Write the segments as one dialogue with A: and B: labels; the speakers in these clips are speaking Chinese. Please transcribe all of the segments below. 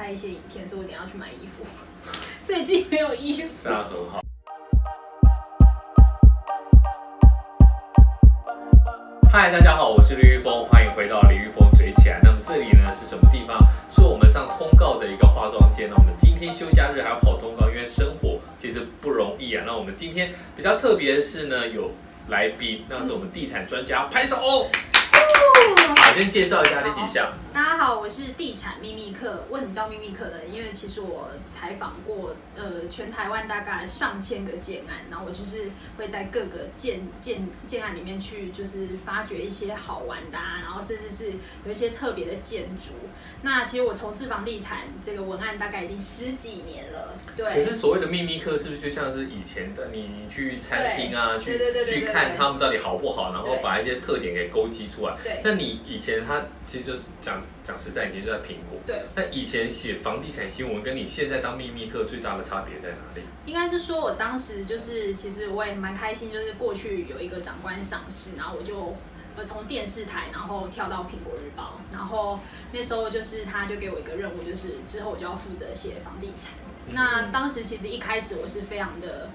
A: 拍一些影片，所以我等一下要去买衣服。 最近没有衣服。
B: 这样很好。嗨，大家好，我是李玉峰，欢迎回到李玉峰嘴起来。那么这里呢是什么地方？是我们上通告的一个化妆间。那我们今天休假日还要跑通告，因为生活其实不容易啊。那我们今天比较特别的是呢，有来宾，那是我们地产专家，拍手。好，先介绍一下，练习一下。
A: 大家好，我是地产秘密课。为什么叫秘密课呢？因为其实我采访过呃全台湾大概上千个建案，然后我就是会在各个建建建案里面去就是发掘一些好玩的、啊，然后甚至是有一些特别的建筑。那其实我从事房地产这个文案大概已经十几年了，
B: 可
A: 对。
B: 是所谓的秘密课，是不是就像是以前的你你去餐厅啊，去
A: 对对对对
B: 去
A: 对
B: 看
A: 对
B: 他们到底好不好，然后
A: 对
B: 把一些特点给勾稽出来？
A: 对
B: 那你以前他其实就讲讲实在，以前就在苹果。
A: 对，
B: 那以前写房地产新闻，跟你现在当秘密课最大的差别在哪里？
A: 应该是说，我当时就是其实我也蛮开心，就是过去有一个长官赏识，然后我就我从电视台然后跳到苹果日报，然后那时候就是他就给我一个任务，就是之后我就要负责写房地产。
B: 嗯
A: 那当时其实一开始我是非常的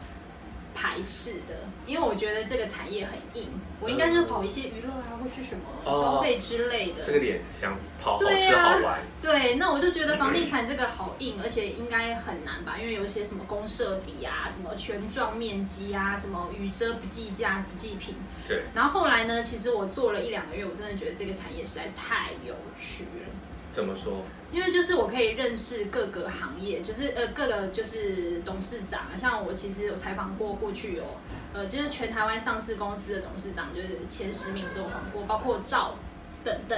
A: 排斥的，因为我觉得这个产业很硬，我应该就是跑一些娱乐啊，或是什么消费之类的。
B: 呃哦这个脸想跑好
A: 对
B: 吃
A: 啊
B: 好玩，
A: 对，那我就觉得房地产这个好硬，而且应该很难吧，因为有一些什么公设比啊，什么权状面积啊，什么雨遮不计价不计平。
B: 对。
A: 然后后来呢，其实我做了一两个月，我真的觉得这个产业实在太有趣了，
B: 怎么说？
A: 因为就是我可以认识各个行业，就是呃各个就是董事长，啊像我其实有采访过过去有。呃，就是全台湾上市公司的董事长，就是前十名我都有访过，包括赵等等，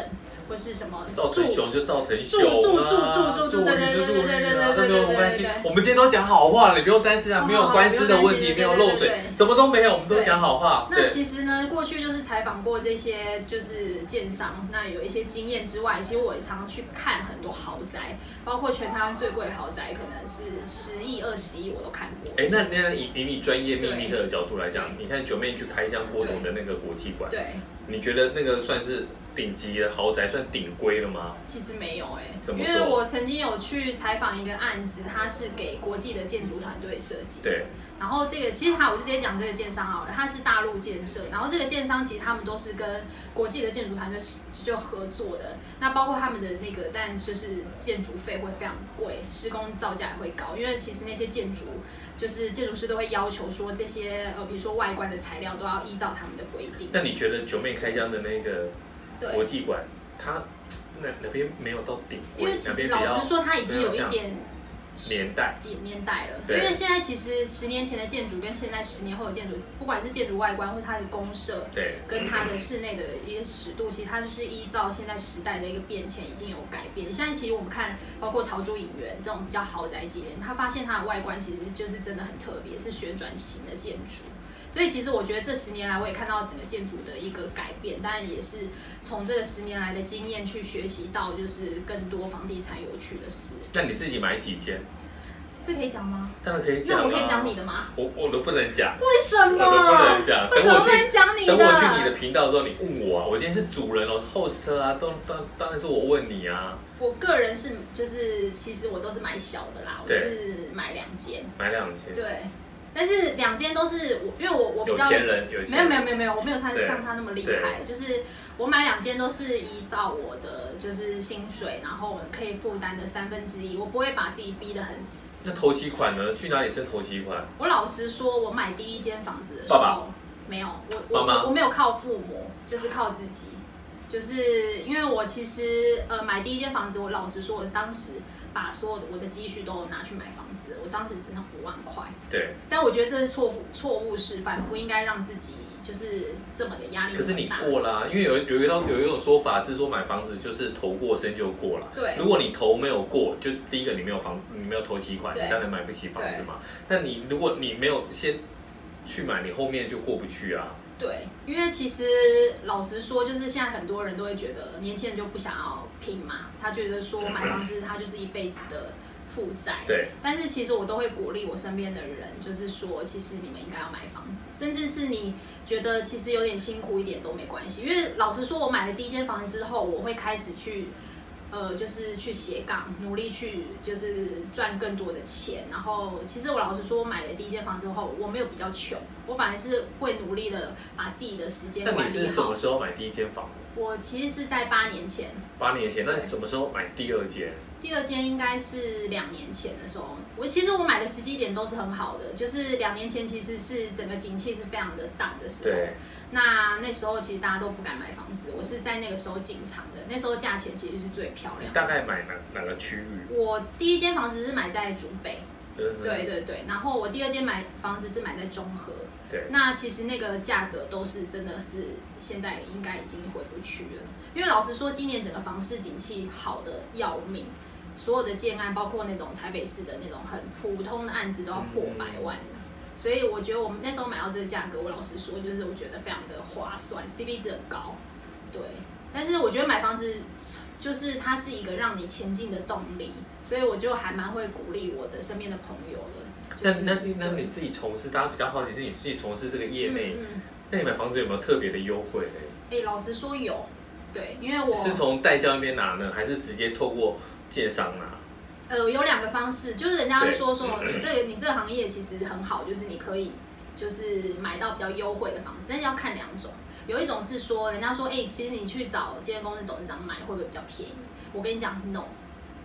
A: 或是什么
B: 赵
A: 祝
B: 腾雄就赵腾雄
A: 住住
B: 啊，
A: 住住住对对对
B: 祝
A: 对对对
B: 宇啊
A: 对对对
B: 那没
A: 对
B: 有
A: 对
B: 关系
A: 对。
B: 我们今天都讲好话了，你不用担心啊，
A: 哦
B: 没有
A: 好
B: 官司的问题，
A: 不
B: 没
A: 用
B: 有
A: 担心
B: 漏水
A: 对对，对
B: 什么都没有，我们都
A: 对
B: 讲好话。
A: 那其实呢，过去就是采访过这些就是建商，那有一些经验之外，其实我也常常去看很多豪宅，包括全台湾最贵的豪宅，可能是十亿、二十亿我都看过。
B: 哎，那那以以你专业秘密
A: 对
B: 课的角度来讲，你看九妹去开箱郭董的那个国际馆，
A: 对，
B: 你觉得那个算是顶级的豪宅，算顶规了吗？
A: 其实没有哎、
B: 怎么
A: 因
B: 说
A: 为我曾经有去采访一个案子，它是给国际的建筑团队设计。
B: 对，
A: 然后这个其实它我就直接讲这个建商好了，它是大陆建设，然后这个建商其实他们都是跟国际的建筑团队是就合作的，那包括他们的那个，但就是建筑费会非常贵，施工造价也会高，因为其实那些建筑就是建筑师都会要求说这些呃，比如说外观的材料都要依照他们的规定。
B: 那你觉得九妹开箱的那个国
A: 对，
B: 际馆，它哪哪边没有到顶
A: 因
B: 规
A: 为，其实
B: 哪边比
A: 老
B: 较
A: 实说，它已经有一
B: 比较像
A: 点
B: 年代？
A: 也年代了，因
B: 对
A: 为现在其实十年前的建筑跟现在十年后的建筑，不管是建筑外观或它的公设，
B: 对，
A: 跟它的室内的一些尺度，其实它就是依照现在时代的一个变迁已经有改变。现在其实我们看，包括桃竹影园这种比较豪宅级的，它发现它的外观其实就是真的很特别，是旋转型的建筑。所以其实我觉得这十年来，我也看到整个建筑的一个改变，当然也是从这个十年来的经验去学习到，就是更多房地产有趣的事。
B: 那你自己买几间？
A: 这可以讲吗？
B: 当然可以讲、啊。
A: 那我可以讲你的吗？
B: 我我都不能讲，
A: 为什
B: 我都不能
A: 么？
B: 讲。
A: 为
B: 等
A: 什么
B: 我
A: 不能
B: 去，
A: 讲你的？
B: 等我去你的频道之后，你问我啊，我今天是主人，我是 host 啊，当当当然是我问你啊，
A: 我个人是就是，其实我都是买小的啦，我
B: 对
A: 是买两间，
B: 买两千。
A: 对，但是两间都是我，因为我我比
B: 有
A: 较
B: 钱人，有钱
A: 没有
B: 人
A: 没有没有没有，我没有他
B: 对
A: 像他那么厉害，就是我买两间都是依照我的就是薪水，然后我可以负担的三分之一，我不会把自己逼得很死。
B: 那头期款呢？去哪里生头期款？
A: 我老实说，我买第一间房子的时
B: 爸
A: 候，
B: 爸
A: 没有，我我
B: 妈妈
A: 我没有靠父母，就是靠自己。就是因为我其实呃买第一间房子，我老实说，我当时把所有的我的积蓄都拿去买房子，我当时只能五万块。
B: 对，
A: 但我觉得这是错误错误示范，不应该让自己就是这么的压力
B: 可是
A: 这么
B: 你
A: 大。
B: 过啦，因为有有一道有一种说法是说买房子就是头过身就过了。
A: 对
B: 如果你头没有过，就第一个你没有房，你没有头期款，你
A: 对
B: 当然买不起房子嘛。那你如果你没有先去买，你后面就过不去啊。
A: 对，因为其实老实说，就是现在很多人都会觉得年轻人就不想要拼嘛，他觉得说买房子他就是一辈子的负债。
B: 对，
A: 但是其实我都会鼓励我身边的人，就是说，其实你们应该要买房子，甚至是你觉得其实有点辛苦一点都没关系。因为老实说，我买了第一间房子之后，我会开始去呃，就是去斜杠，努力去就是赚更多的钱。然后，其实我老实说，我买了第一间房之后，我没有比较穷，我反而是会努力的把自己的时间
B: 那
A: 管
B: 你是
A: 理
B: 什
A: 好
B: 么。时候买第一间房？
A: 我其实是在八年前，
B: 八年前。那你什么时候买第二间？
A: 第二间应该是两年前的时候，我其实我买的时机点都是很好的，就是两年前其实是整个景气是非常的淡的时候。
B: 对，
A: 那那时候其实大家都不敢买房子，我是在那个时候进场的，那时候价钱其实是最漂
B: 你
A: 亮的。
B: 大概买哪哪个区域？
A: 我第一间房子是买在竹北，
B: 嗯
A: 对对对，然后我第二间买房子是买在中和，
B: 对，
A: 那其实那个价格都是真的是现在应该已经回不去了，因为老实说，今年整个房市景气好的要命，所有的建案，包括那种台北市的那种很普通的案子，都要破百万了。所以我觉得我们那时候买到这个价格，我老实说，就是我觉得非常的划算，CP 值很高。对，但是我觉得买房子就是它是一个让你前进的动力，所以我就还蛮会鼓励我的身边的朋友的。
B: 那
A: 就是
B: 那那
A: 对
B: 你自己从事，大家比较好奇是你自己从事这个业内，
A: 嗯嗯
B: 那你买房子有没有特别的优惠呢？
A: 哎、老实说有，对，因为我
B: 是从代销那边拿呢，还是直接透过建商拿？
A: 呃有两个方式，就是人家会说
B: 对
A: 说你这个你这个行业其实很好，就是你可以就是买到比较优惠的房子，但是要看两种，有一种是说人家说哎、诶其实你去找建设公司董事长买会不会比较便宜？我跟你讲 no，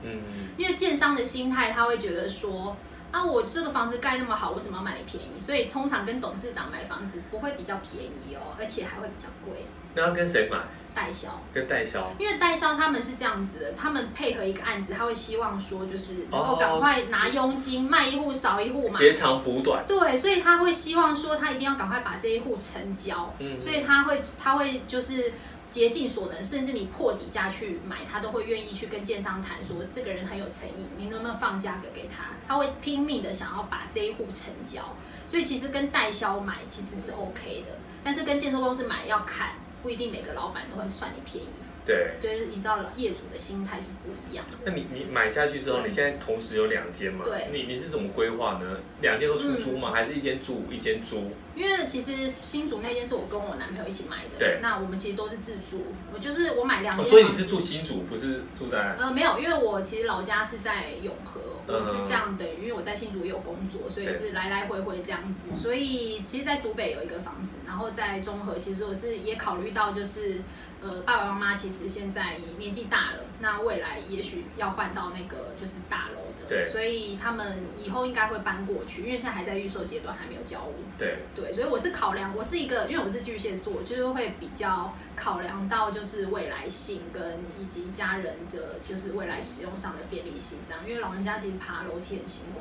B: 嗯，
A: 因为建商的心态他会觉得说。啊，我这个房子盖那么好，为什么要买你便宜？所以通常跟董事长买房子不会比较便宜哦，而且还会比较贵，
B: 那要跟谁买？
A: 代销。
B: 跟代销。
A: 因为代销他们是这样子的，他们配合一个案子，他会希望说就是能够赶快拿佣金，卖一户少一户嘛。
B: 截长补短，
A: 对，所以他会希望说他一定要赶快把这一户成交，
B: 嗯
A: 所以他会他会就是竭尽所能，甚至你破底价去买，他都会愿意去跟建商谈说这个人很有诚意，你能不能放价格给他？他会拼命的想要把这一户成交，所以其实跟代销买其实是 OK 的，但是跟建设公司买要看，不一定每个老板都会算你便宜。
B: 对。
A: 就是你知道业主的心态是不一样的。
B: 那你你买下去之后，
A: 嗯
B: 你现在同时有两间嘛？
A: 对嗯
B: 你你是怎么规划呢？两间都出租吗？还是一间住一间租？
A: 因为其实新竹那间是我跟我男朋友一起买的，
B: 对
A: 那我们其实都是自住。我就是我买两
B: 哦
A: 间、啊
B: 所以你是住新竹，不是住在？
A: 呃没有，因为我其实老家是在永和，我是
B: 嗯
A: 这样的，因为我在新竹也有工作，所以
B: 对
A: 是来来回回这样子。所以其实，在竹北有一个房子，然后在中和，其实我是也考虑到，就是呃爸爸妈妈其实现在年纪大了，那未来也许要换到那个就是大楼的，
B: 对
A: 所以他们以后应该会搬过去，因为现在还在预售阶段，还没有交屋。
B: 对，
A: 对，所以我是考量，我是一个，因为我是巨蟹座，就是会比较考量到就是未来性跟以及家人的就是未来使用上的便利性这样，因为老人家其实爬楼梯很辛苦。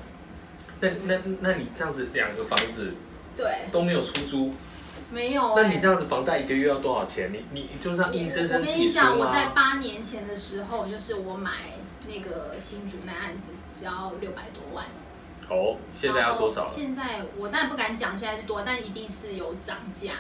B: 那那那你这样子两个房子
A: 对，
B: 都没有出租，
A: 没有、欸。
B: 那你这样子房贷一个月要多少钱？你你就是这样硬生
A: 我
B: 生
A: 跟
B: 自
A: 你
B: 己出
A: 讲，我在
B: 啊？
A: 八年前的时候，就是我买那个新竹那案子，只要六百多万。
B: 哦，现在要多少
A: 然后
B: 了？
A: 现在我当然不敢讲现在是多，但一定是有涨价。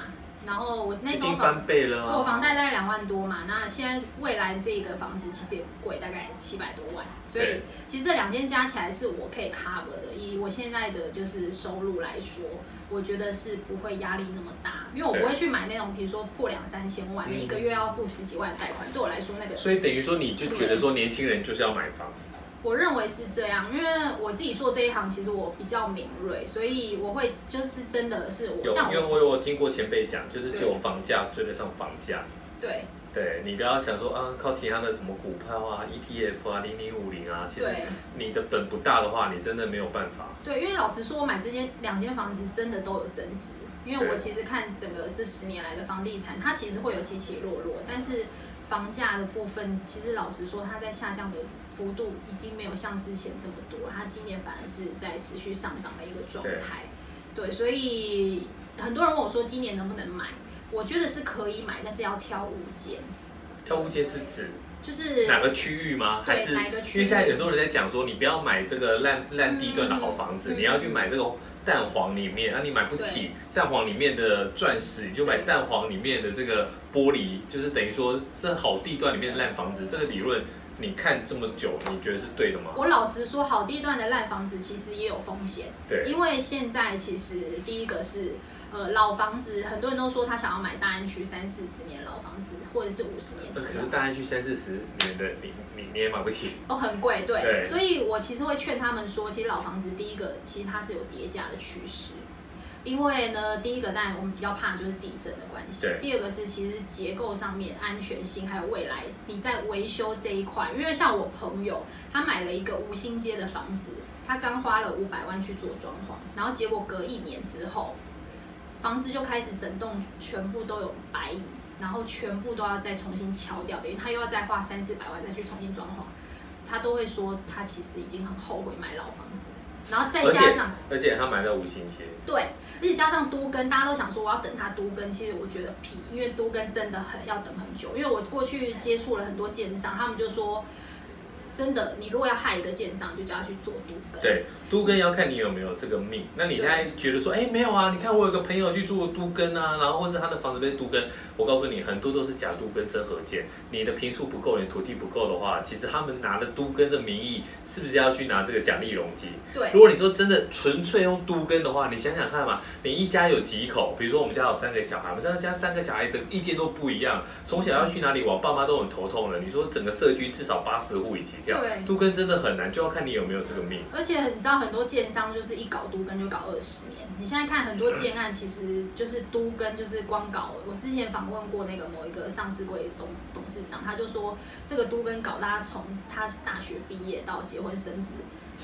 A: 然后我那
B: 一
A: 时候
B: 定
A: 房
B: 翻倍了
A: 我房
B: 啊！
A: 贷大概两万多嘛，那现在未来这个房子其实也不贵，大概七百多万，所以
B: 对
A: 其实这两间加起来是我可以 cover 的。以我现在的就是收入来说，我觉得是不会压力那么大，因为我
B: 对
A: 不会去买那种比如说破两三千万，那
B: 嗯
A: 一个月要付十几万的贷款，对我来说那个
B: 所以等于说，你就觉得说年轻人就是要买房，
A: 我认为是这样，因为我自己做这一行，其实我比较敏锐，所以我会就是真的是我
B: 有，
A: 像
B: 因为
A: 我
B: 我有听过前辈讲，就是
A: 对
B: 只有房价追得上房价。
A: 对
B: 对你不要想说啊，靠其他的什么股票啊、ETF 啊、零零五零啊，其实
A: 对。
B: 你的本不大的话，你真的没有办法。
A: 对，因为老实说，我买这间两间房子真的都有增值，因为我
B: 对
A: 其实看整个这十年来的房地产，它其实会有起起落落，但是房价的部分，其实老实说，它在下降的幅度已经没有像之前这么多，它今年反而是在持续上涨的一个状态。对，所以很多人问我说今年能不能买，我觉得是可以买，但是要挑物件，
B: 跳物件是指
A: 就是
B: 哪个区域吗？还
A: 对
B: 是
A: 哪一个
B: 因
A: 区域
B: 为现在很多人在讲说，你不要买这个烂烂地段的好房子，
A: 嗯
B: 你要去买这个蛋黄里面，那、你买不起蛋黄里面的钻石，你就买
A: 对
B: 蛋黄里面的这个玻璃，就是等于说是好地段里面的烂房子。这个理论你看这么久，你觉得是对的吗？
A: 我老实说，好地段的烂房子其实也有风险，
B: 对，
A: 因为现在其实第一个是，呃，老房子，很多人都说他想要买大安区三四十年老房子，或者是五十年
B: 那
A: 起
B: 可
A: 老
B: 是大安区三四十年的，你你你也买不起。
A: 都哦很贵，对，
B: 对
A: 所以我其实会劝他们说，其实老房子第一个，其实它是有叠价的趋势，因为呢，第一个当然我们比较怕就是地震的关系
B: 对，
A: 第二个是其实结构上面安全性，还有未来你在维修这一块，因为像我朋友他买了一个吴兴街的房子，他刚花了五百万去做装潢，然后结果隔一年之后，房子就开始整栋全部都有白蚁，然后全部都要再重新敲掉，等于他又要再花三四百万再去重新装潢，他都会说他其实已经很后悔买老房子，然后再
B: 而
A: 加
B: 且
A: 上
B: 而且他买到五星街，
A: 对，而且加上都跟，大家都想说我要等它都跟，其实我觉得屁，因为都跟真的很要等很久，因为我过去接触了很多建商，他们就说。真的，你如果要害一个建商，就叫他去做都跟。
B: 对，都根要看你有没有这个命。那你现在觉得说，哎、没有啊？你看我有个朋友去做都根啊，然后或是他的房子被都根，我告诉你，很多都是假都根真合建。你的平数不够，你土地不够的话，其实他们拿了都根的名义，是不是要去拿这个奖励容积？
A: 对
B: 如果你说真的纯粹用都根的话，你想想看嘛，你一家有几口？比如说我们家有三个小孩，我们家三个小孩的意见都不一样，从小要去哪里玩，爸妈都很头痛了。你说整个社区至少八十户以及跳，
A: 对
B: 都根真的很难，就要看你有没有这个命。
A: 而且你知道很多建商就是一搞都跟就搞二十年，你现在看很多建案其实就是都跟就是光搞。我之前访问过那个某一个上市柜董董事长，他就说这个都跟搞大家从他大学毕业到结婚生子，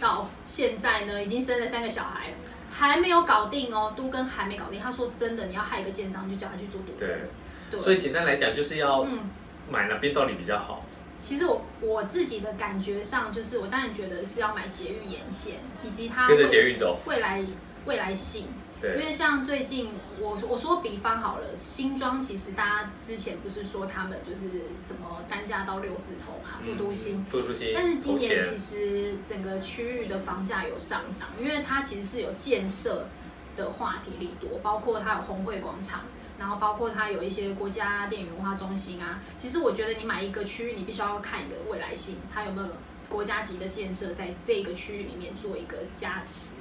A: 到现在呢已经生了三个小孩，还没有搞定哦，都跟还没搞定。他说真的，你要害一个建商就叫他去做都
B: 对
A: 跟，，对，
B: 所以简单来讲就是要
A: 嗯。
B: 买哪边到底比较好。
A: 其实我我自己的感觉上，就是我当然觉得是要买捷运沿线，以及它
B: 跟着捷运走，
A: 未来未来性，啊因
B: 对
A: 为像最近我我说比方好了，新庄其实大家之前不是说他们就是怎么单价到六字头嘛，
B: 嗯
A: 复都新。
B: 复读新，
A: 但是今年
B: 头
A: 其
B: 衔
A: 实整个区域的房价有上涨，因为它其实是有建设的话题力多，包括它有红会广场，然后包括它有一些国家电影文化中心啊。其实我觉得你买一个区域，你必须要看你的未来性，它有没有国家级的建设在这个区域里面做一个加持。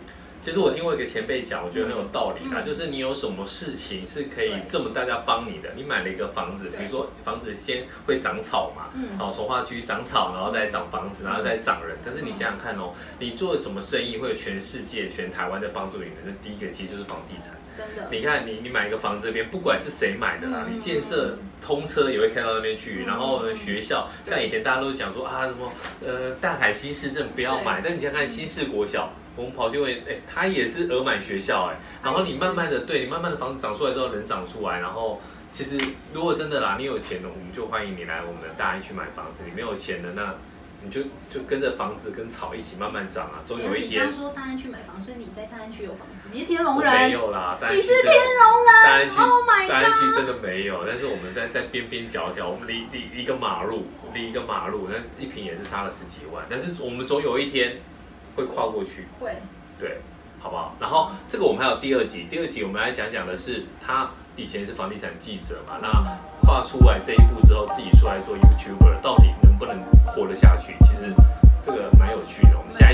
B: 其实我听过一个前辈讲，我觉得很有道理啊，
A: 嗯
B: 就是你有什么事情是可以
A: 对
B: 这么大家帮你的。你买了一个房子，
A: 对
B: 比如说房子先会长草嘛，
A: 嗯，
B: 哦，从化区长草，然后再长房子，然后再长人。但是你
A: 嗯
B: 想想看哦，你做什么生意会有全世界、全台湾在帮助你的？那第一个其实就是房地产。
A: 真的。
B: 你看你你买一个房子这边，不管是谁买的啦，
A: 嗯
B: 你建设通车也会开到那边去，
A: 嗯
B: 然后呢学校，
A: 对
B: 像以前大家都讲说啊什么呃淡海新市镇不要买，但你想想看新市国小。我们跑去问，哎、他也是额满学校哎、
A: 它
B: 然
A: 也
B: 后你
A: 是
B: 慢慢的，对你慢慢的房子长出来之后，人长出来，然后其实如果真的啦，你有钱的，我们就欢迎你来我们的大安去买房子；你没有钱的，那你就就跟着房子跟草一起慢慢长啊，总有一
A: 你
B: 天
A: 刚说大安区买房，所以你在大安区有房子，你是天龙
B: 我没
A: 人，
B: 有啦，大安
A: 你是
B: 区真的
A: 天龙人
B: 大安区
A: ，Oh my
B: 大安
A: god！
B: 区真的没有，但是我们在在边边角角，我们离离一个马路，离一个马路，但是一平也是差了十几万，但是我们总有一天会跨过去，
A: 会，
B: 对，好不好？然后这个我们还有第二集，第二集我们来讲讲的是他以前是房地产记者
A: 嗯
B: 嘛，那跨出来这一步之后，自己出来做 YouTuber，到底能不能活得下去？其实这个蛮有趣的，我们下一集。